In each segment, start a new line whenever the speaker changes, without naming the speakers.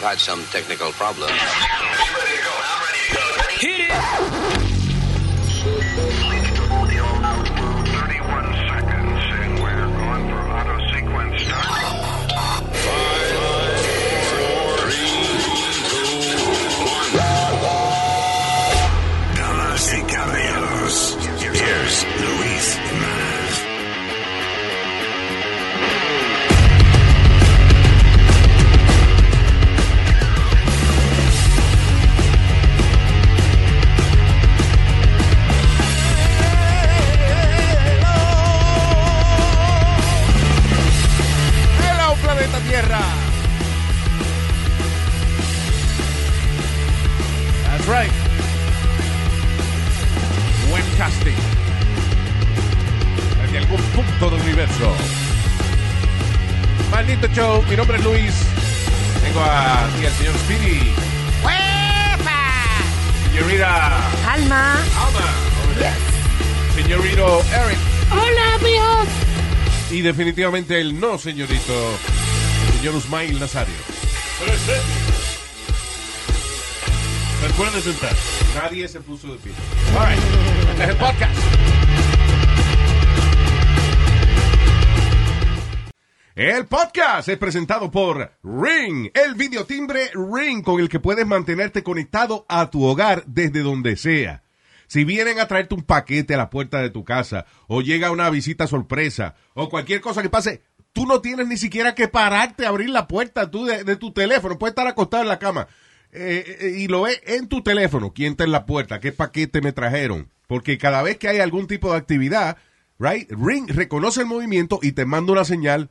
dodge some technical problem.
Hit it!
Damas y caballeros, here's Luis Jimenez.
Hello, planeta Tierra. That's right. Webcasting. Desde algún punto del universo. Maldito show. Mi nombre es Luis. Tengo aquí al señor Speedy. Señorita
Alma.
Alma. Señorito Eric.
Hola, amigos.
Y definitivamente el no, señorito. El señor Usmail Nazario.
Recuerden sentar.
Nadie se puso de pie. All right. Este es el podcast. El podcast es presentado por Ring, el videotimbre Ring con el que puedes mantenerte conectado a tu hogar desde donde sea. Si vienen a traerte un paquete a la puerta de tu casa, o llega una visita sorpresa, o cualquier cosa que pase, tú no tienes ni siquiera que pararte a abrir la puerta tú de, de tu teléfono. Puedes estar acostado en la cama eh, eh, y lo ves en tu teléfono. ¿Quién está en la puerta? ¿Qué paquete me trajeron? Porque cada vez que hay algún tipo de actividad, right, Ring reconoce el movimiento y te manda una señal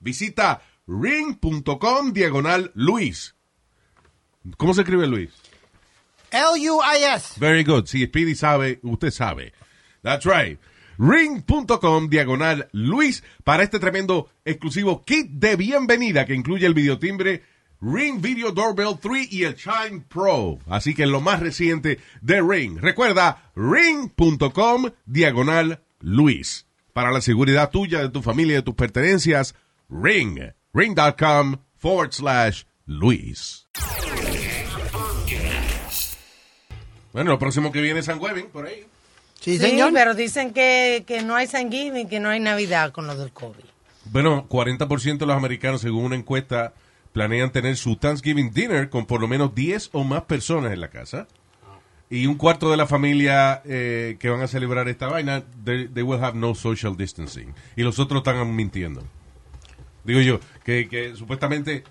visita ring.com diagonal Luis. ¿Cómo se escribe Luis?
L-U-I-S.
Very good. Si Speedy sabe, usted sabe. That's right. Ring.com diagonal Luis para este tremendo exclusivo kit de bienvenida que incluye el videotimbre Ring Video Doorbell 3 y el Chime Pro. Así que lo más reciente de Ring. Recuerda, ring.com diagonal Luis. Para la seguridad tuya, de tu familia y de tus pertenencias, Ring. Ring.com forward slash Luis. Bueno, lo próximo que viene es San Huevín, por ahí.
Sí,
Sí,
señor.
pero dicen que, que no hay Thanksgiving, que no hay Navidad con lo del COVID.
Bueno, 40% de los americanos, según una encuesta, planean tener su Thanksgiving dinner con por lo menos 10 o más personas en la casa. Y un cuarto de la familia eh, que van a celebrar esta vaina, they, they will have no social distancing. Y los otros están mintiendo. Digo yo, que, que supuestamente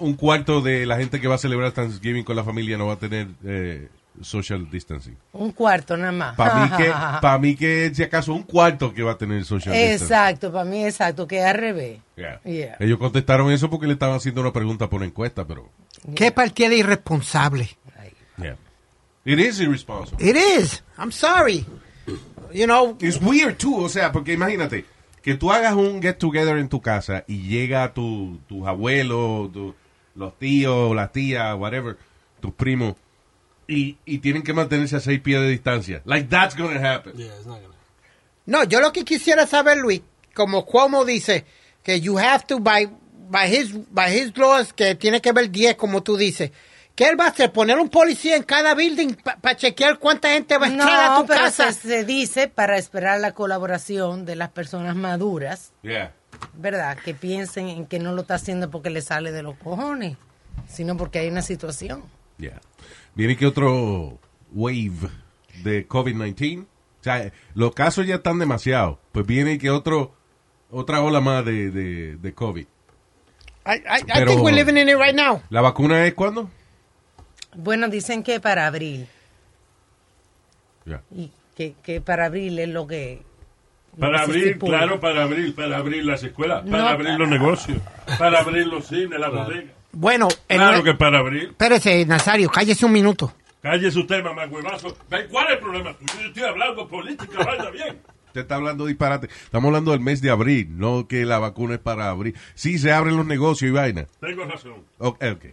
un cuarto de la gente que va a celebrar Thanksgiving con la familia no va a tener eh, social distancing.
Un cuarto nada más.
Para mí, que, pa mí que si acaso un cuarto que va a tener social distancing.
exacto, para mí exacto, que es al revés.
Yeah.
Yeah.
Ellos contestaron eso porque le estaban haciendo una pregunta por encuesta, pero.
Qué partida irresponsable.
Yeah. It is irresponsible.
It is. I'm sorry. You know,
It's weird too, o sea, porque imagínate que tú hagas un get together en tu casa y llega tu, tus abuelos, tu- los tíos, las tías, whatever, tus primos, y, y tienen que mantenerse a seis pies de distancia. Like that's gonna happen.
no, yo lo que quisiera saber, Luis, como Cuomo dice, que you have to, by, by, his, by his laws, que tiene que ver 10, como tú dices. ¿Qué él va a hacer? ¿Poner un policía en cada building para chequear cuánta gente va a entrar a
No,
tu
pero pues,
casa?
se, se dice para esperar la colaboración de las personas maduras,
Yeah.
¿verdad? Que piensen en que no lo está haciendo porque le sale de los cojones, sino porque hay una situación.
Yeah. Viene que otro wave de COVID-19. O sea, los casos ya están demasiados. Pues viene que otro otra ola más de, de, de COVID.
I, I- I
Pero-
think we're living in it right now.
¿La vacuna es cuándo?
Bueno, dicen que para abril,
Ya.
y que, que para abril es lo que... lo
Para
que se
abrir,
estipula.
claro, para abrir, para abrir las escuelas, para
ah,
No,
abrir los negocios, para abrir los cines, la bodega.
Bueno, el
Claro
nue-
que para abrir.
espérese, Nazario, cállese un minuto.
Cállese usted, mamá huevazo. Ve, ¿Cuál es el problema tuyo? Yo estoy hablando política, vaya bien.
Usted está hablando disparate. Estamos hablando del mes de abril, no que la vacuna es para abril. Sí, se abren los negocios y vaina.
Tengo razón.
Ok, ok.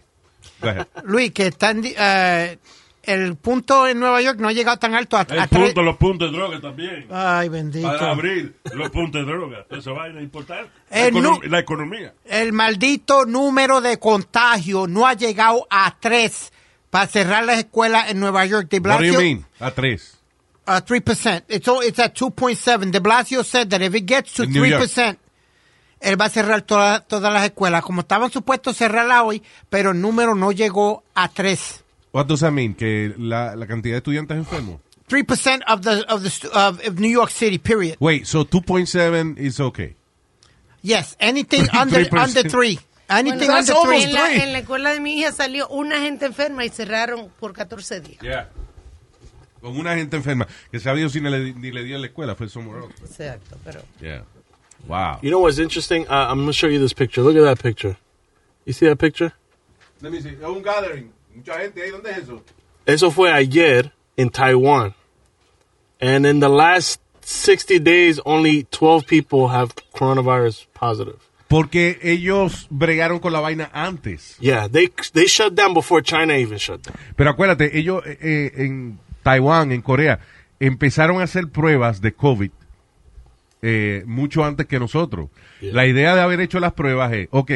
Go ahead.
Luis, que están, di- eh, el punto en Nueva York no ha llegado tan alto. A,
El
a tres-
punto, los puntos de droga también.
Ay, bendito.
Para abrir los puntos de droga. Esa vaina es importante. La,
Eh, no.
econom- la economía.
El maldito número de contagios no ha llegado a tres para cerrar las escuelas en Nueva York. De
What do you
Blasio-
mean? A tres.
Uh, 3%. It's, all, it's at 2.7. De Blasio said that if it gets to
In New York.
3%, él va a cerrar toda- todas las escuelas. Como estaban supuestos cerrarla hoy, pero el número no llegó a 3.
What does that mean? Que la, la cantidad de estudiantes enfermos.
3% of the, of the stu- of, of New York City, period.
Wait, so 2.7 is okay.
Yes, anything under,
3%.
under 3. Anything
Bueno,
under
almost
3.
en, la,
three.
en la escuela de mi hija salió una gente enferma y cerraron por 14 días.
Yeah. Con una gente enferma que sabía si ni le, ni le dio en la escuela, fue somewhere else.
Exacto, pero...
Yeah. Wow.
You know what's interesting? Uh, I'm gonna show you this picture. Look at that picture. You see that picture?
Let me see. Es un gathering. Mucha gente ahí. ¿Dónde es eso?
Eso fue ayer in Taiwan, and in the last 60 days, only 12 people have coronavirus positive.
Porque ellos bregaron con la vaina antes.
Yeah, they they shut down before China even shut down.
Pero acuérdate, ellos eh, eh, en Taiwán, en Corea, empezaron a hacer pruebas de COVID eh, mucho antes que nosotros.
Yeah.
La idea de haber hecho las pruebas es, ok,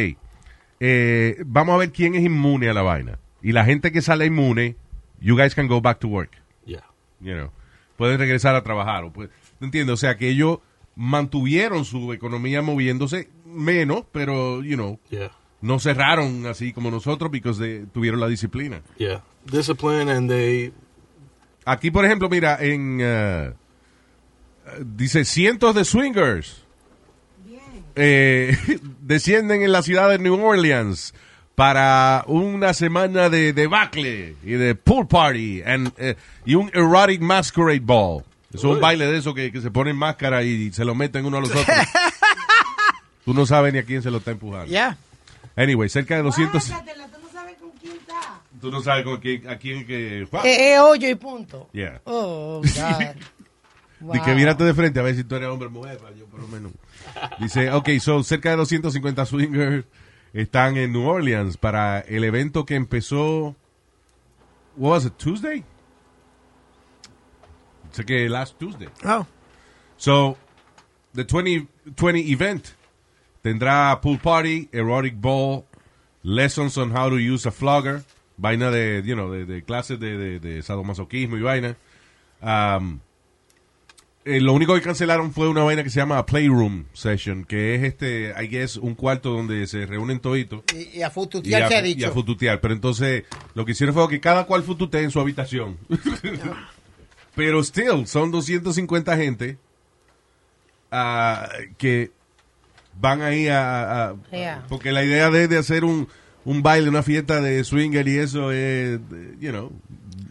eh, vamos a ver quién es inmune a la vaina. Y la gente que sale inmune, you guys can go back to work.
Yeah,
You know, pueden regresar a trabajar. O puede- ¿te entiendes? O sea, que ellos mantuvieron su economía moviéndose menos, pero, you know,
yeah,
no cerraron así como nosotros porque tuvieron la disciplina.
yeah. Discipline and they
Aquí, por ejemplo, mira, en eh, dice cientos de swingers eh, descienden en la ciudad de New Orleans para una semana de debacle y de pool party and, eh, y un erotic masquerade ball. Es un
Uy.
baile de eso que, que se ponen máscara y se lo meten uno a los otros. Tú no sabes ni a quién se lo está empujando.
Yeah.
Anyway, cerca de 200...
Ah, tú no sabes con quién está.
Tú no sabes con quién, a quién que...
Eh, eh, hoyo y punto.
Yeah.
Oh, God.
De que
Wow.
mírate de frente a ver si tú eres hombre o mujer, para yo por lo menos. Dice, ok, son cerca de 250 swingers están en New Orleans para el evento que empezó, what was it, Tuesday? Sé que last Tuesday.
Oh.
So, the 2020 event tendrá pool party, erotic ball, lessons on how to use a flogger, vaina de, you know, de, de clases de, de, de sadomasoquismo y vaina. Um, eh, lo único que cancelaron fue una vaina que se llama Playroom Session, que es este, I guess, un cuarto donde se reúnen toditos
Y, y a
y,
fututear
a-
se ha
y a
dicho.
fututear. Pero entonces lo que hicieron fue que cada cual fututee en su habitación. Pero still, son 250 gente ah, que van ahí a... a-
Yeah.
Porque la idea de, de hacer un, un baile, una fiesta de swinger y eso es, you know,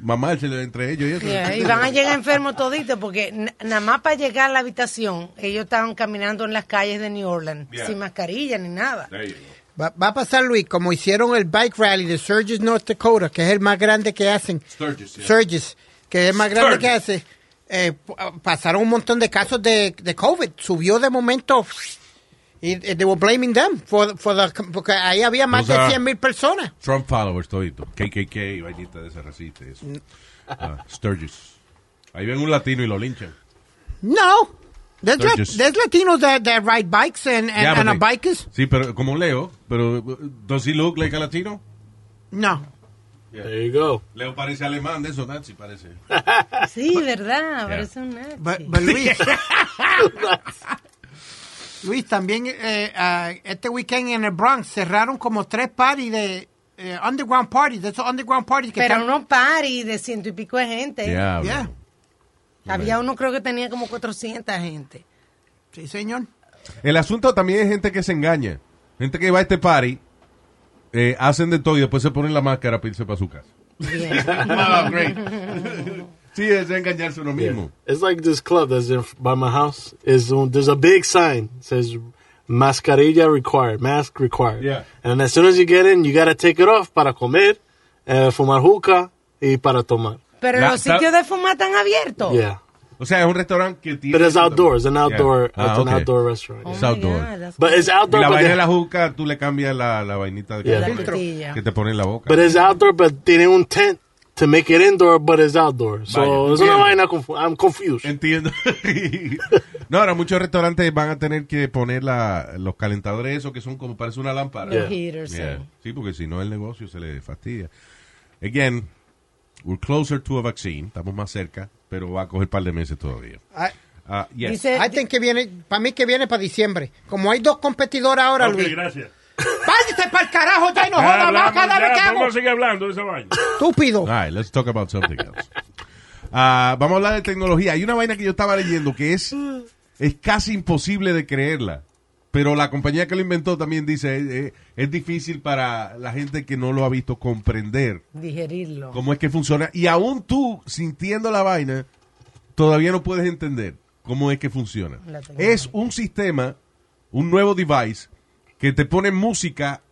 mamárselo entre ellos y eso.
Yeah, Y van a llegar enfermos toditos porque na- nada más para llegar a la habitación, ellos estaban caminando en las calles de New Orleans
Yeah.
sin mascarilla ni nada.
There you go.
Va, va a pasar, Luis, como hicieron el bike rally de Surges North Dakota, que es el más grande que hacen.
Sturgis, yeah.
Surges, que es el más grande que
Sturgis.
hace. Eh, p- pasaron un montón de casos de, de COVID. Subió de momento y eh, they were blaming them for, for the, porque ahí había más
O sea-
de 100 mil personas.
Trump followers todito. KKK, vainita de ese resiste, eso. Ah, Sturgis. Ahí ven un latino y lo linchan.
No. There's, la-
Surges.
there's Latinos that, that ride bikes and, and,
Yeah,
and
but they-
are bikers.
Sí, pero como Leo, pero uh, does he look like a latino?
No.
there you go.
Leo parece alemán de eso, Nazi parece.
Sí, verdad, parece un nazi.
But, but Luis. Luis, también eh, ah, este weekend en el Bronx cerraron como tres parties de eh, underground parties, de esos underground parties que
Pero
están-
no party de ciento y pico de gente.
Diablo.
Yeah.
Había uno creo que tenía como 400 gente.
Sí, señor.
El asunto también es gente que se engaña. Gente que va a este party, eh, hacen de todo y después se ponen la máscara para irse para su casa.
Bien.
Wow, Ah, great. sí, es engañarse uno
Yeah.
mismo.
It's like this club that's in, by my house. Is um, there's a big sign says mascarilla required, mask required.
Yeah.
And as soon as you get in, you gotta take it off para comer, eh, fumar juca y para tomar.
Pero
La-
los sitios de fumar están abiertos.
Yeah.
O sea, es un restaurante que tiene...
But it's outdoors, an
Oh. Yeah.
outdoor,
Ah,
it's an
okay.
outdoor restaurant.
Oh
yeah.
It's
my
outdoor.
God, that's-
But it's
Y
outdoor.
la
but
vaina
they-
de la juca, tú le cambias la, la vainita de-
Yeah.
La
Filtro.
costilla.
que te pone en la boca.
But it's outdoor, but tiene un tent to make it indoor, but it's outdoor. So
Vaya,
es una
entiendo.
vaina confu- I'm confused.
Entiendo. no, ahora muchos restaurantes van a tener que poner la, los calentadores esos que son como parece una lámpara.
Los
Yeah.
heaters, sí.
Yeah. Sí, porque si no el negocio se le fastidia. Again, we're closer to a vaccine, estamos más cerca, pero va a coger un par de meses todavía.
I,
Ah, yes.
Dice-
I think que viene, para mí que viene para diciembre. Como hay dos competidoras ahora,
Ok,
Luis.
gracias.
Váyase para el carajo ya y no joda
Hablamos,
más cada vez que
ya,
hago.
Vamos a seguir hablando de esa vaina.
Estúpido.
All right, let's talk about something else. Ah, vamos a hablar de tecnología. Hay una vaina que yo estaba leyendo que es, es casi imposible de creerla. Pero la compañía que lo inventó también dice, eh, eh, es difícil para la gente que no lo ha visto comprender
Digerirlo.
cómo es que funciona. Y aún tú, sintiendo la vaina, todavía no puedes entender cómo es que funciona.
La tecnología.
Es un sistema, un nuevo device, que te pone música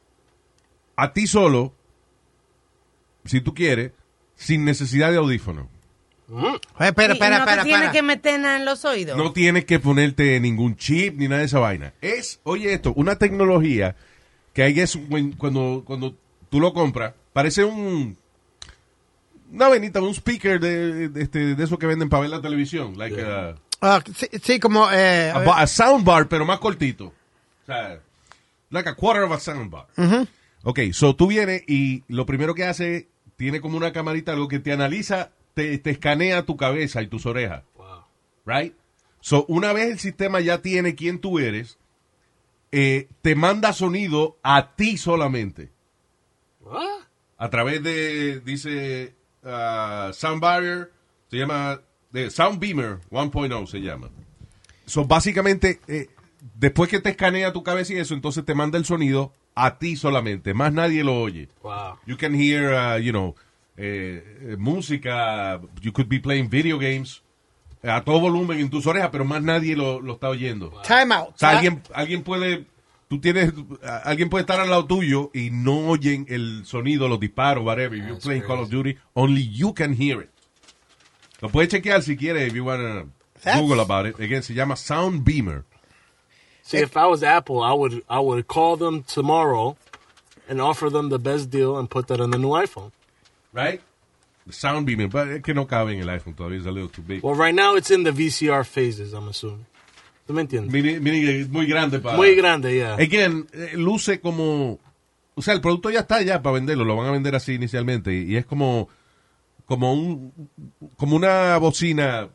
a ti solo, si tú quieres, sin necesidad de audífono.
Espera,
Y- y
espera,
no te
espera,
tiene
espera.
que meter nada en los oídos.
No tienes que ponerte ningún chip ni nada de esa vaina. Es, oye esto, una tecnología que ahí es when- cuando, cuando tú lo compras, parece un una venita, un speaker de, de, este, de eso que venden para ver la televisión, like uh, a-
Ah, sí, sí, como... eh,
a,
Ah,
ba- a soundbar, pero más cortito. O sea, like a quarter of a soundbar. Ok, so tú vienes y lo primero que hace, tiene como una camarita, algo que te analiza, te, te escanea tu cabeza y tus orejas. Right? So, una vez el sistema ya tiene quién tú eres, eh, te manda sonido a ti solamente.
What?
A través de, dice, ah, Sound Barrier, se llama, de Sound Beamer 1.0 se llama. So, básicamente, eh, después que te escanea tu cabeza y eso, entonces te manda el sonido a ti solamente. Más nadie lo oye.
Wow.
You can hear, uh, you know, eh, eh, música, you could be playing video games eh, a todo volumen en tus orejas, pero más nadie lo, lo está oyendo.
time out.
O sea, alguien, alguien puede, tú tienes, a- alguien puede estar al lado tuyo y no oyen el sonido, los disparos, whatever. If you're playing Call of Duty, only you can hear it. Lo puedes chequear si quieres, if you wanna
That's-
Google about it. Again, se llama Sound Beamer.
See, if I was Apple, I would I would call them tomorrow and offer them the best deal and put that on the new iPhone.
Right? The Sound Beamer. But es que no cabe en el iPhone todavía, es a little too big.
Well, right now it's in the VCR phases, I'm assuming. ¿Tú me entiendes?
Miren, miren, es muy grande para...
Muy grande, yeah.
Again, eh, luce como... O sea, el producto ya está ya para venderlo, lo van a vender así inicialmente. Y, y es como como un como una bocina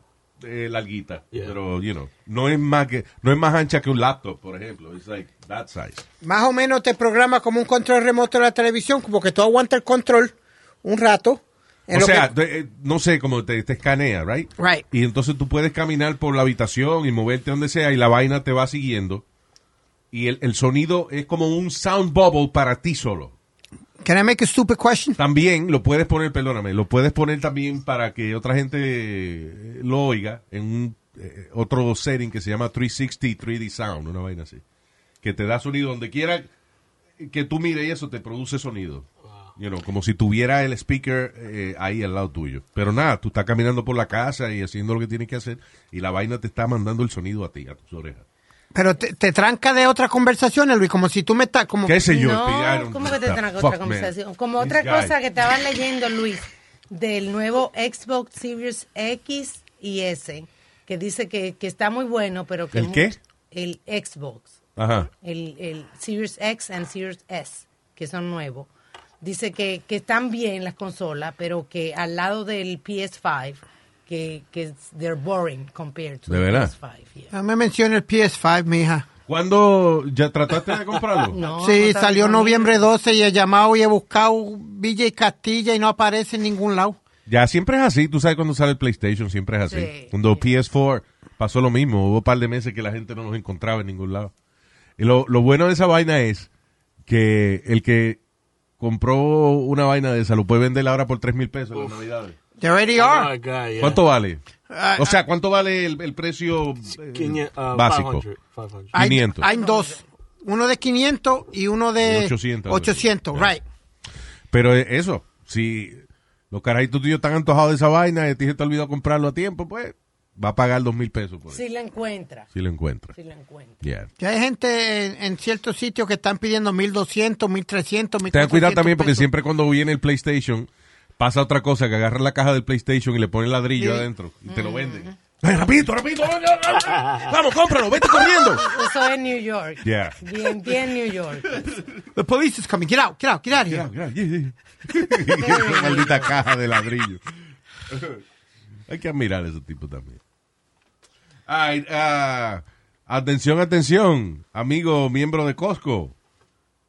eh, larguita,
Yeah.
pero you know, no es más que no es más ancha que un laptop, por ejemplo. It's like that size.
Más o menos te programa como un control remoto de la televisión, como que tú aguantas el control un rato. en
O
lo que-
sea, de- eh, no sé, como te, te escanea, right?
Right.
Y entonces tú puedes caminar por la habitación y moverte donde sea y la vaina te va siguiendo. Y el, el sonido es como un sound bubble para ti solo.
Can I make a stupid question?
También lo puedes poner, perdóname, lo puedes poner también para que otra gente eh, lo oiga en un, eh, otro setting que se llama 360 3D Sound, una vaina así. Que te da sonido donde quiera que tú mires y eso te produce sonido. You know, como si tuviera el speaker eh, ahí al lado tuyo. Pero nada, tú estás caminando por la casa y haciendo lo que tienes que hacer y la vaina te está mandando el sonido a ti, a tus orejas.
Pero te, te tranca de otras conversaciones, Luis, como si tú me estás... Como...
¿Qué sé yo?
No,
pillaron?
¿cómo que te
The
trajo
fuck,
otra
man.
conversación? Como
This
otra
guy.
cosa que estaba leyendo, Luis, del nuevo Xbox Series X y S, que dice que, que está muy bueno, pero que...
¿El qué?
El Xbox,
Ajá.
el, el Series X and Series S, que son nuevos. Dice que, que están bien las consolas, pero que al lado del PS5, que, que they're boring compared to
¿De
the
verdad?
PS5. yeah.
No me menciones el PS5, mija.
¿Cuándo ya trataste de comprarlo?
No, no
sí,
está
salió
disponible.
noviembre 12 y he llamado y he buscado Villa y Castilla y no aparece en ningún lado.
Ya siempre es así, tú sabes cuando sale el PlayStation, siempre es así.
Sí.
Cuando PS4 pasó lo mismo, hubo un par de meses que la gente no los encontraba en ningún lado. Y lo, lo bueno de esa vaina es que el que compró una vaina de esa lo puede vender ahora por 3 mil pesos en las navidades.
They already
Oh,
are.
my God, yeah.
¿Cuánto vale?
Ah,
O sea, ¿cuánto vale el, el precio eh,
Quinien- ah,
básico?
500, 500.
Hay,
500.
hay dos. Uno de 500 y uno de
800.
800,
Yeah.
right.
Pero eh, eso, si los carajitos tuyos están antojados de esa vaina y a ti se te olvidó comprarlo a tiempo, pues va a pagar dos mil pesos por
Si
eso,
la encuentra.
si lo encuentras.
Si la encuentra.
Yeah.
Ya hay gente en, en ciertos sitios que están pidiendo 1200, 1300, 1400.
Ten cuidado también porque
pesos.
siempre cuando viene el PlayStation pasa otra cosa, que agarran la caja del PlayStation y le ponen ladrillo
Sí.
adentro y te lo venden. Ay, rapidito, rapidito, vamos, vamos, vamos, cómpralo, vete corriendo.
Eso es New York.
Yeah.
Bien, bien New York.
The police is coming. Get out, get out, get out of
Mira,
here.
mira, yeah, yeah. Maldita caja de ladrillo. Hay que admirar a ese tipo también. Ay, ah, atención, atención, amigo, miembro de Costco.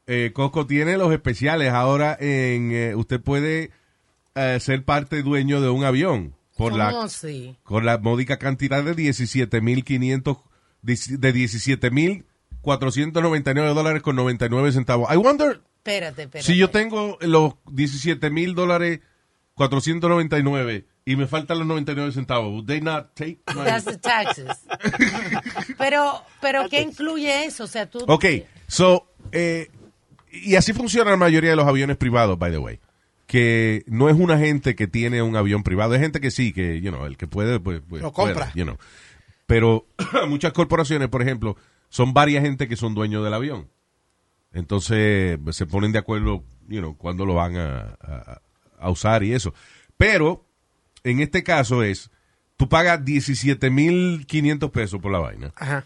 Eh, Costco tiene los especiales ahora en... eh, usted puede eh, ser parte dueño de un avión por
¿Cómo
la,
sí?
con la módica cantidad de 17.500... De 17.499 dólares con 99 centavos. I wonder...
Espérate, espérate.
Si yo tengo los 17 mil dólares 499 y me faltan los 99 centavos, would they not take my...
That's the taxes. pero, pero ¿qué incluye eso? O sea, tú...
Ok, so, eh, y así funciona la mayoría de los aviones privados, by the way. Que no es una gente que tiene un avión privado, es gente que sí, que, you know, el que puede, pues. pues,
Lo compra.
puede, you know. Pero muchas corporaciones, por ejemplo, son varias gente que son dueños del avión. Entonces pues, se ponen de acuerdo, you know, cuándo lo van a, a- a usar y eso. Pero en este caso es, tú pagas 17.500 pesos por la vaina.
Ajá.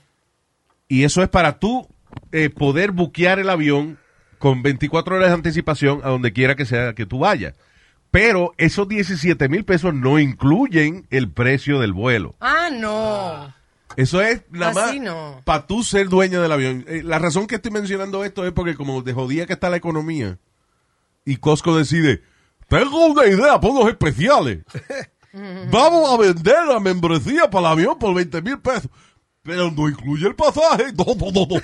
Y eso es para tú eh, poder buquear el avión con 24 horas de anticipación a donde quiera que sea que tú vayas. Pero esos 17 mil pesos no incluyen el precio del vuelo.
Ah, no.
Eso es nada más
Así no.
para tú ser dueño del avión. Eh, la razón que estoy mencionando esto es porque como de jodida que está la economía y Costco decide, tengo una idea por los especiales. Vamos a vender la membresía para el avión por 20 mil pesos. Pero no incluye el pasaje. No, no, no, no,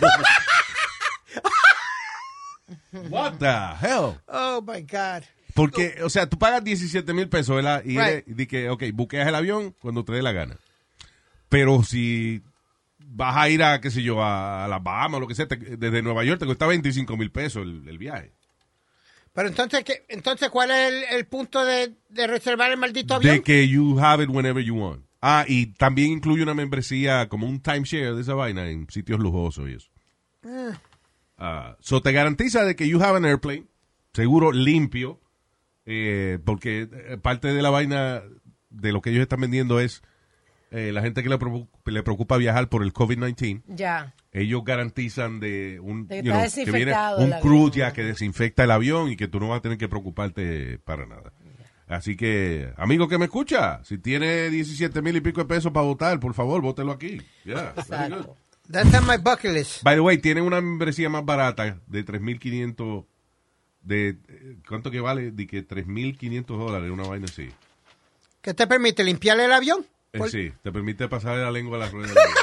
no. What the hell?
Oh, my God.
Porque, o sea, tú pagas 17 mil pesos, ¿verdad? Y
Right.
di que, ok, buqueas el avión cuando te dé la gana. Pero si vas a ir a, qué sé yo, a, a las Bahamas o lo que sea, te- desde Nueva York te cuesta 25 mil pesos el, el viaje.
Pero entonces, ¿qué, entonces ¿cuál es el, el punto de, de reservar el maldito avión?
De que you have it whenever you want. Ah, y también incluye una membresía como un timeshare de esa vaina en sitios lujosos y eso. Ah, so te garantiza de que you have an airplane, seguro limpio, eh, porque eh, parte de la vaina de lo que ellos están vendiendo es eh, la gente que le, preocu- le preocupa viajar por el COVID-19
Ya.
ellos garantizan de un,
De que
you
está
know, que viene
desinfectado
un
el
crew
avión.
ya que desinfecta el avión y que tú no vas a tener que preocuparte para nada. Así que, amigo que me escucha, si tiene 17 mil y pico de pesos para votar, por favor, vótelo aquí. Yeah, very good.
Exacto.
That's on my bucket list.
By the way, tienen una membresía más barata de 3.500, de, eh, ¿cuánto que vale? De que 3.500 dólares, una vaina así.
¿Qué te permite limpiarle el avión?
Eh,
Por-
sí, te permite pasar la lengua a la rueda. del avión.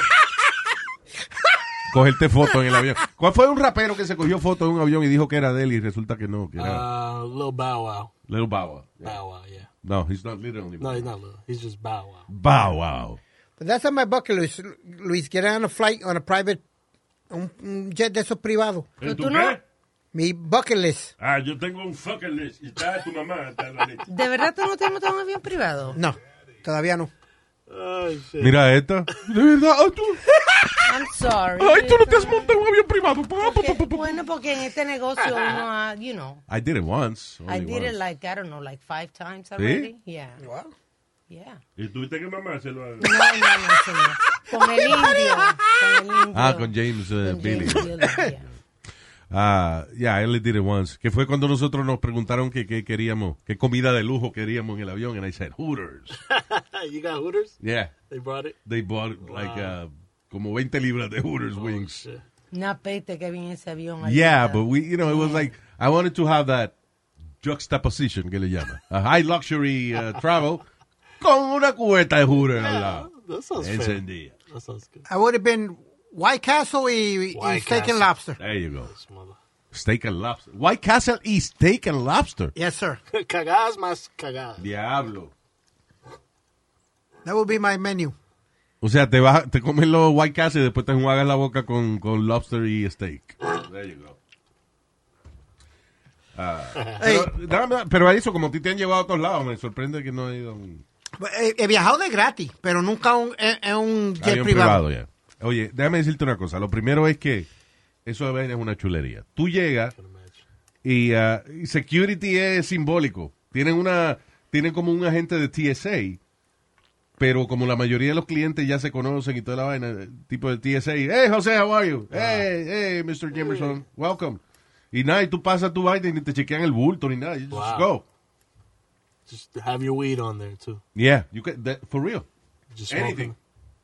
Cogerte fotos en el avión. ¿Cuál fue un rapero que se cogió fotos en un avión y dijo que era de él y resulta que no, que era
Uh, Lil Bow Wow.
Little Bow Wow?
Bow Wow, yeah.
No, he's not little
No,
anymore.
he's not Lil. He's just Bow Wow.
Bow Wow.
That's on my bucket list, Luis. Get on a flight, on a private, un, un jet de esos privados.
Pero
¿Tú
tú no-
qué?
Mi bucket list.
Ah, yo tengo un fucking list. Y está tu mamá, está la leche.
¿De verdad tú no te has montado en un avión privado?
No, todavía no.
Oh, shit.
Mira esta. De verdad. Ay, tú,
I'm sorry.
ay, tú no te has montado en un avión privado. Pa, pa, pa,
Porque-
pa, pa.
bueno, porque en este negocio uno, ha- you know,
I did it once.
I
only
did it
once.
like, I don't know, like five times already. Yeah, yeah.
Y tuviste que mamárselo a...
No, no, no, señor. Con el indio. Con el indio.
Ah, con James eh,
Con
Billy.
James Dillon, yeah.
Ah, yeah, I only did it once. Que fue cuando nosotros nos preguntaron que qué queríamos, qué comida de lujo queríamos en el avión. And I said, Hooters.
you got Hooters?
Yeah.
They brought it.
They bought like uh, como 20 libras de Hooters wings.
Shit.
Una peste que viene ese avión. ahí.
Yeah, but we, you know, it was like I wanted to have that juxtaposition que le llama, a high luxury uh, travel con una cubeta de Hooters al lado.
That sounds fair.
Encendida.
That sounds good.
I would have been White Castle y, y
White
Steak
Castle.
and Lobster.
There you go.
This mother.
Steak and lobster. White Castle y steak and lobster.
Yes, sir.
Cagadas más cagadas.
Diablo.
That would be my menu.
O sea, te, vas, te comes los White Castle y después te enjuagas la boca con, con lobster y steak. There you go.
Ey,
Pero, nada más- pero a eso, como a ti te han llevado a todos lados, me sorprende que no ha ido a un
he, he viajado de gratis, pero nunca a un, en, en un jet
avión
privado.
privado. ya. Oye, déjame decirte una cosa. Lo primero es que eso de vaina es una chulería. Tú llegas y ah, y security es simbólico. Tienen una, tienen como un agente de TSA, pero como la mayoría de los clientes ya se conocen y toda la vaina, eh, tipo de TSA, hey José, how are you? Hey, hey, Mr. Jamerson, welcome. Y nada, y tú pasas tu vaina y ni te chequean el bulto ni nada. You just
Wow.
go.
Just have your weed on there too.
Yeah, you can, that- for real.
Just
Anything.
smoking.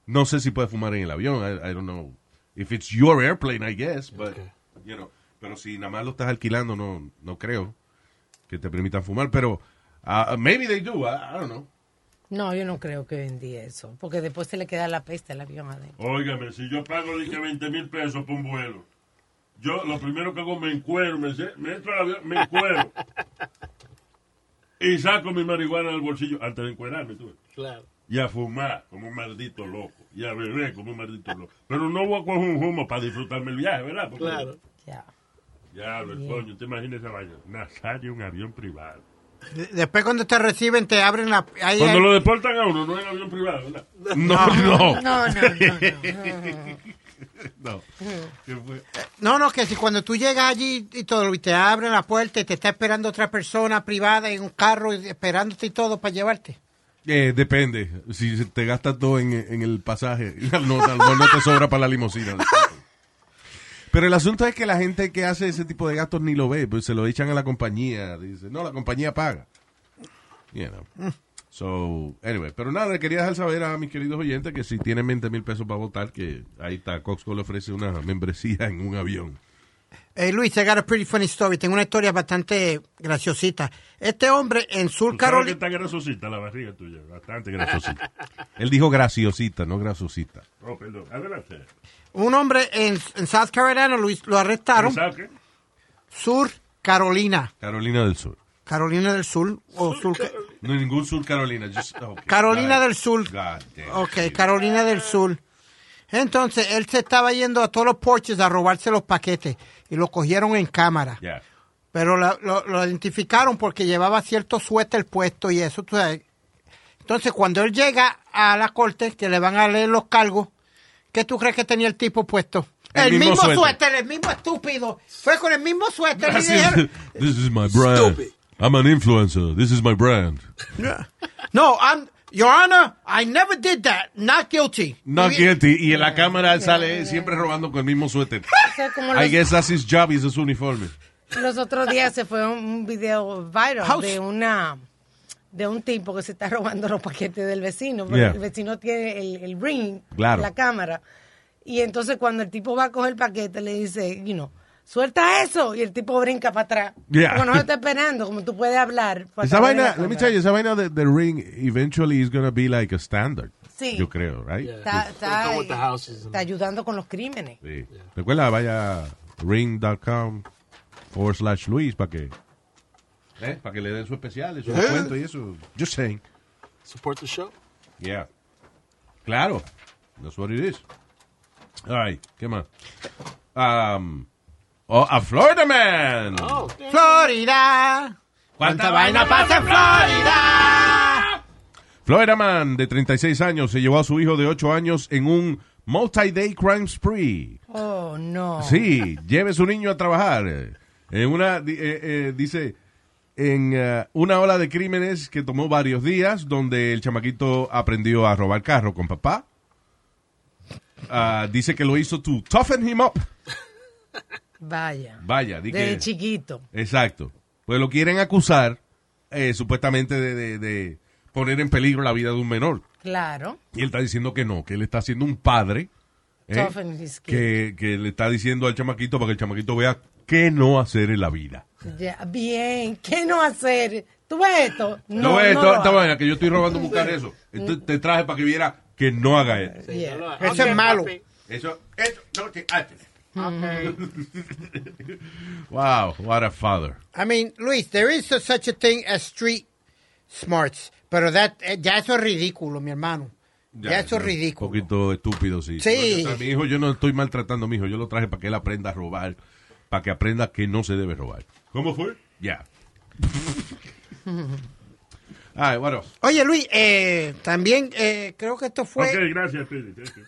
No sé si puedes fumar en el avión. I, I don't know. If it's your airplane, I guess. But,
Okay.
you know, pero si nada más lo estás alquilando, no, no creo que te permitan fumar. Pero ah, maybe they do. I, I don't know.
No, yo no creo que vendí eso, porque después se le queda la peste al avión adentro.
Óigame, si yo pago, dije 20 mil pesos por un vuelo. Yo lo primero que hago me encuero, me, se- me entro al avión, me encuero. y saco mi marihuana del bolsillo antes de encuerarme, tú. ves.
Claro.
Y a fumar como un maldito loco. Y a beber como un maldito loco. Pero no voy a coger un humo para disfrutarme el viaje, ¿verdad? Porque-
Claro.
Ya.
Ya, lo coño, te imaginas esa vaina. Nazario, un avión privado.
De- Después cuando te reciben, te abren la... ahí-
Cuando
ahí-
lo deportan a uno, no es avión privado, ¿verdad?
No, no.
No, no, no, no.
no. ¿Qué fue?
No, no, que si cuando tú llegas allí y todo, y te abren la puerta y te está esperando otra persona privada en un carro, y- esperándote y todo para llevarte.
Eh, depende. Si se te gastas todo en, en el pasaje, no, tal vez no te sobra para la limusina. Pero el asunto es que la gente que hace ese tipo de gastos ni lo ve, pues se lo echan a la compañía. Dice, no, la compañía paga. You know. So, anyway. Pero nada, le quería dejar saber a mis queridos oyentes que si tienen 20 mil pesos para votar, que ahí está, Coxco le ofrece una membresía en un avión.
Eh, Luis, I got a pretty funny story. Tengo una historia bastante graciosita. Este hombre en Sur
Tú sabes que
Carolina...
está grasosita la barriga tuya, bastante grasosita.
Él dijo graciosita, no grasosita.
Oh, perdón, adelante.
Un hombre en, en South Carolina, Luis, lo arrestaron.
¿Sabes qué?
Sur Carolina.
Carolina del Sur.
Carolina del Sur. O Sur,
No, ningún Sur Carolina. just- okay.
Carolina
God-
del Sur.
God damn
Ok,
it.
Carolina del Sur. Entonces, él se estaba yendo a todos los porches a robarse los paquetes y lo cogieron en cámara.
Yeah.
Pero la- lo, lo identificaron porque llevaba cierto suéter puesto y eso, tú sabes. Entonces, cuando él llega a la corte, que le van a leer los cargos, ¿qué tú crees que tenía el tipo puesto?
El mismo suéter.
el mismo estúpido. Fue con el mismo suéter. y
Así
dijeron-
es. This is my brand.
Stupid.
I'm an influencer. This is my brand.
No, I'm, Your Honor, I never did that. Not guilty.
No
Y-
guilty. Y en la cámara sale siempre robando con el mismo suéter.
O sea, como
I
los,
guess that's his job, is his uniforme.
los otros días se fue un, un video viral
House.
de una de un tipo que se está robando los paquetes del vecino, porque
Yeah.
el vecino tiene el, el ring,
Claro.
la cámara, y entonces cuando el tipo va a coger el paquete le dice, you know, suelta eso, y el tipo brinca para atrás,
Yeah.
como no me está esperando, como tú puedes hablar. para
Esa
través de
vaina,
la
let me
cámara.
tell you, esa vaina de, The Ring eventually is going to be like a standard.
Sí.
Yo creo, right?
Yeah.
Está, está-
Come with the houses and-
está ayudando con los crímenes.
Sí. Recuerda, vaya a ring.com forward slash Luis para que, ¿eh? para que le den su especial y su descuento y eso. Just saying.
Support the show.
Yeah. Claro. That's what it is. All right. ¿Qué más? Um, oh, a Florida Man.
Oh, damn.
Florida. ¿Cuánta vaina pasa en Florida?
Florida Man, de 36 años, se llevó a su hijo de 8 años en un multi-day crime spree.
Oh, no.
Sí, lleve a su niño a trabajar. Eh, En una, di- eh, eh, dice, en eh, una ola de crímenes que tomó varios días, donde el chamaquito aprendió a robar carro con papá. Ah, dice que lo hizo to toughen him up.
Vaya.
Vaya, di
Desde
que-
chiquito.
Exacto. Pues lo quieren acusar, eh, supuestamente, de, de- de poner en peligro la vida de un menor.
Claro.
Y él está diciendo que no, que él está siendo un padre. ¿eh?
Toughen his kid.
que, que le está diciendo al chamaquito para que el chamaquito vea qué no hacer en la vida.
Ya, bien. ¿Qué no hacer? ¿Tú ves esto? No,
No,
no
esto-
lo
esta
hagas.
vaina que yo estoy robando un carrezo. Entonces te traje para que viera que no haga eso.
Yeah.
Eso es malo.
Eso, eso no te hace. Wow, what a father.
I mean, Luis, there is a- such a thing as street smarts. Pero that- eh, ya eso es ridículo, mi hermano. Ya, eso es ridículo.
Un poquito estúpido, sí.
Sí.
Yo- a mi hijo yo no estoy maltratando a mi hijo. Yo lo traje para que él aprenda a robar. Para que aprenda que no se debe robar.
¿Cómo fue?
Ya. Ah, bueno.
Oye, Luis, eh, también eh, creo que esto fue
Ok, gracias, Teddy. thank you.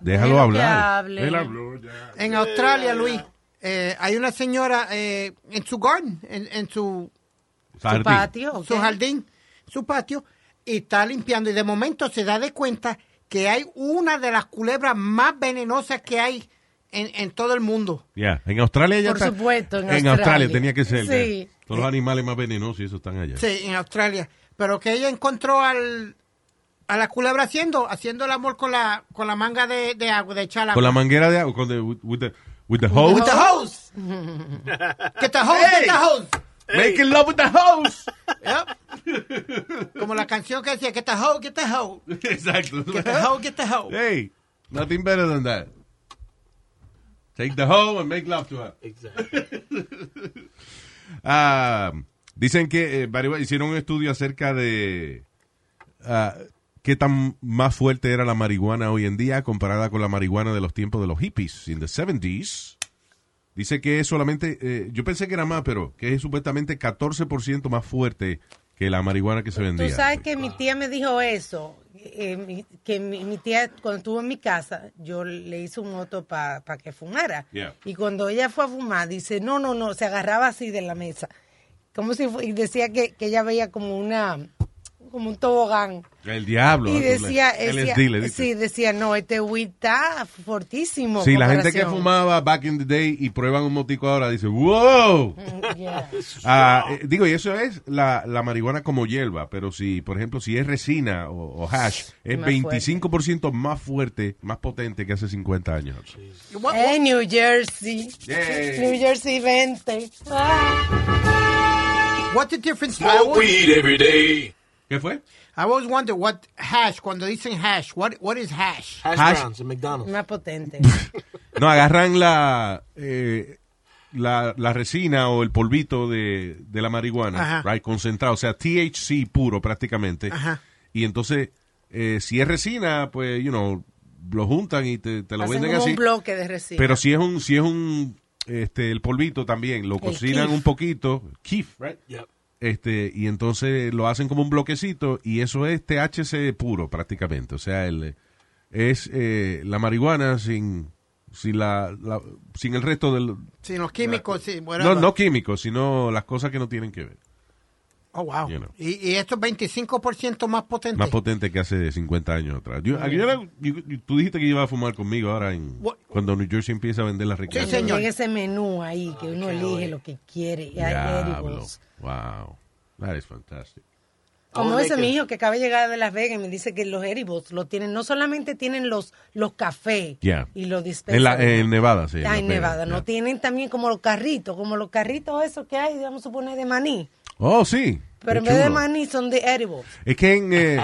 Déjalo hablar.
Hable.
Él habló ya.
en Australia, Luis. Eh, hay una señora eh, en su garden, en, en su,
Su
Jardín.
patio. ok.
su jardín, su patio, y está limpiando. Y de momento se da de cuenta que hay una de las culebras más venenosas que hay en, en todo el mundo.
Ya, en Australia ya
Por
está.
supuesto, en
Australia.
Australia.
tenía que ser. ya.
Sí.
Todos los animales más venenosos y esos están allá.
Sí, en Australia. Pero que ella encontró al, a la culebra haciendo, haciendo el amor con la, con la manga de, de agua, de echar
Con
agua.
la manguera de agua, con the, with, with the, with the hose.
With the hose. get the hose, get the hose.
Making love with the hose.
Yep. Como la canción que decía, get the hose, get the hose.
Exacto.
Get the hose, get the hose.
Hey, nothing better than that. Take the hoe and make love to her.
Exactly.
Ah, dicen que eh, by the way, hicieron un estudio acerca de ah, qué tan más fuerte era la marihuana hoy en día comparada con la marihuana de los tiempos de los hippies in the 70s. Dice que es solamente, eh, yo pensé que era más, pero que es supuestamente 14% más fuerte que la marihuana que se vendía.
Tú sabes que mi tía me dijo eso, eh, mi- que mi, mi tía cuando estuvo en mi casa, yo le hice un moto para que fumara.
Yeah.
Y cuando ella fue a fumar, dice, no, no, no, se agarraba así de la mesa. Como si fu- y decía que, que ella veía como una como un tobogán.
El diablo. ¿no?
Y decía,
LSD, le
decía
dice.
sí, decía, no, este weed está fortísimo.
Sí, la gente que
comparación".
fumaba back in the day y prueban un motico ahora dice, wow.
Yeah.
Ah, eh, digo, y eso es la, la marihuana como hierba, pero si, por ejemplo, si es resina o, o hash, es
Más
25% más fuerte, más potente que hace 50 años.
What- what-
Eh, New Jersey.
Yay.
New Jersey Ah. 20.
What's the difference? I always,
¿Qué fue?
I always wonder what hash, cuando dicen hash, what, what is hash?
Hash,
Hash-
browns en McDonald's.
Más potente.
No, agarran la, eh, la, la resina o el polvito de, de la marihuana,
Ajá.
right, concentrado, o sea, THC puro prácticamente.
Ajá.
Y entonces, eh, si es resina, pues, you know, lo juntan y te, te lo
Hacen
venden
como
así.
un bloque de resina.
Pero si es un, si es un, este, el polvito también, lo cocinan
keef.
un poquito, keef, right?
Yep.
Este, y entonces lo hacen como un bloquecito y eso es THC puro prácticamente. O sea, el, es eh, la marihuana sin, sin, la, la- sin el resto del...
Sin los químicos, sí,
No,
whatever.
no químicos, sino las cosas que no tienen que ver.
Oh, wow.
You know.
y, y esto es 25% más potente.
Más potente que hace 50 años atrás. Yo- yo era- yo- tú dijiste que ibas a fumar conmigo ahora en,
What?
cuando New Jersey empieza a vender las
Sí,
recreaciones.
Cuando
señor.
llega ese menú ahí que uno elige lo que quiere. y hay
Ah, Diablo.
edibles.
Wow. That is fantastic.
Como
Ahora
ese
que-
mi hijo que acaba de llegar de Las Vegas y me dice que los edibles lo tienen, no solamente tienen los, los cafés
Yeah.
y los
En, la- eh,
dispensarios.
en Nevada, sí.
Ah, en
Las Vegas,
Nevada, no
yeah.
tienen también como los carritos, como los carritos esos que hay, vamos a suponer de maní.
Oh, sí.
Pero en
Qué
vez de
chulo.
maní son de edibles.
Es que en, eh,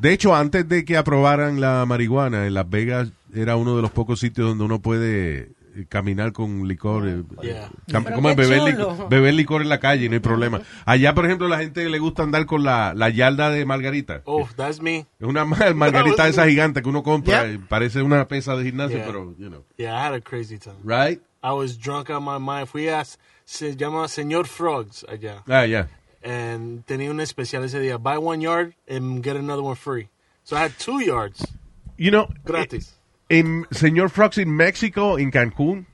de hecho, antes de que aprobaran la marihuana, en Las Vegas era uno de los pocos sitios donde uno puede eh, caminar con licor. eh,
Oh, Yeah.
cam-
Pero
¿cómo es?
qué
beber,
chulo.
licor, beber licor en la calle, no hay problema. Allá, por ejemplo, la gente le gusta andar con la, la yarda de margarita.
Oh, that's me.
Es una ma- margarita de esa gigante que uno compra,
Yeah.
eh, parece una pesa de gimnasio,
Yeah.
pero, you know.
Yeah, I had a crazy time.
Right?
I was drunk out of my mind. Fui a, se llama Señor Frogs allá.
Ah, yeah.
And tenía un especial ese día. Buy one yard and get another one free. So I had two yards
You know, eh,
gratis.
En Señor Frogs en México, en Cancún,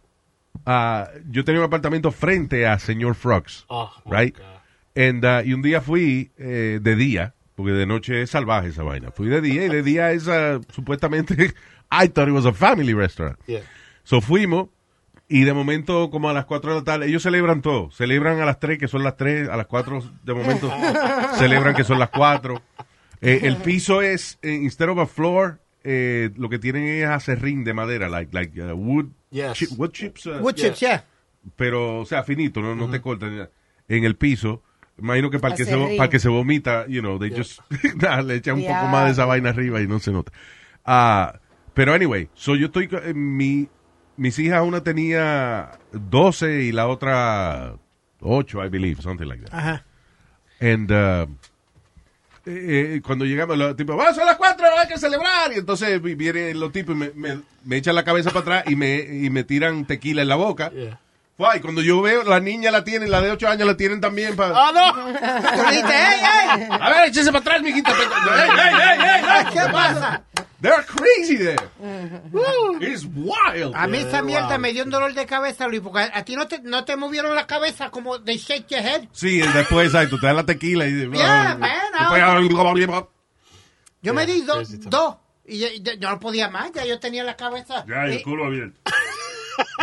ah, yo tenía un apartamento frente a Señor Frogs.
Oh, my
right?
God.
And, ah, y un día fui eh, de día, porque de noche es salvaje esa vaina. Fui de día y de día es ah, supuestamente. I thought it was a family restaurant.
Yeah.
So fuimos y de momento como a las 4 de la tarde, ellos celebran todo, celebran a las 3 que son las 3, a las 4 de momento celebran que son las 4. Eh, el piso es, eh, instead of a floor, eh, lo que tienen es acerrín de madera, like, like uh, wood,
Yes.
chi- wood chips, uh,
Wood chips, yeah.
pero o sea, finito, no, no te cortan ni nada. en el piso. Imagino que para el que, se, vo-
Acerrín.
para el que se vomita, you know, they
Yeah.
just nada, le echan un poco
Diablo.
más de esa vaina arriba y no se nota. Ah, pero anyway, so yo estoy co- eh, mi mis hijas una tenía 12 y la otra 8, I believe, something like that.
Ajá.
And uh, eh, eh, cuando llegamos, los tipos, vamos a las cuatro, hay que celebrar. Y entonces vi- vienen los tipos y me, me- me echan la cabeza para atrás y me, y me tiran tequila en la boca.
Yeah.
Fua, y cuando yo veo, la niña la tienen, la de ocho años la tienen también. pa-
¡Ah, no! Tú le dijiste, ¡ey, ey!
A ver, échese para atrás, mijita. pe- ¡Ey, ey, ey, ey, ey!
¿Qué pasa?
They're crazy there. It's wild.
A mí esa mierda
Wow.
me dio un dolor de cabeza, Luis, porque a, a ti no te, no te movieron la cabeza como de shake your head.
Sí, y después ahí, tú te das la tequila y
Yeah, man,
Después-
Yo me di dos,
crazy time.
dos, y yo- yo, yo no podía más, ya yo tenía la cabeza.
Ya, el
Eh,
culo abierto.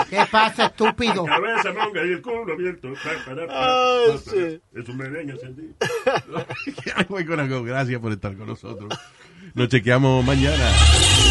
¿Qué pasa, estúpido?
Cabeza, manga y el culo abierto. Pa, para, para.
Ah,
Oh, shit.
Es un merengue, sentí.
Muy Conago, gracias por estar con nosotros. Nos chequeamos mañana.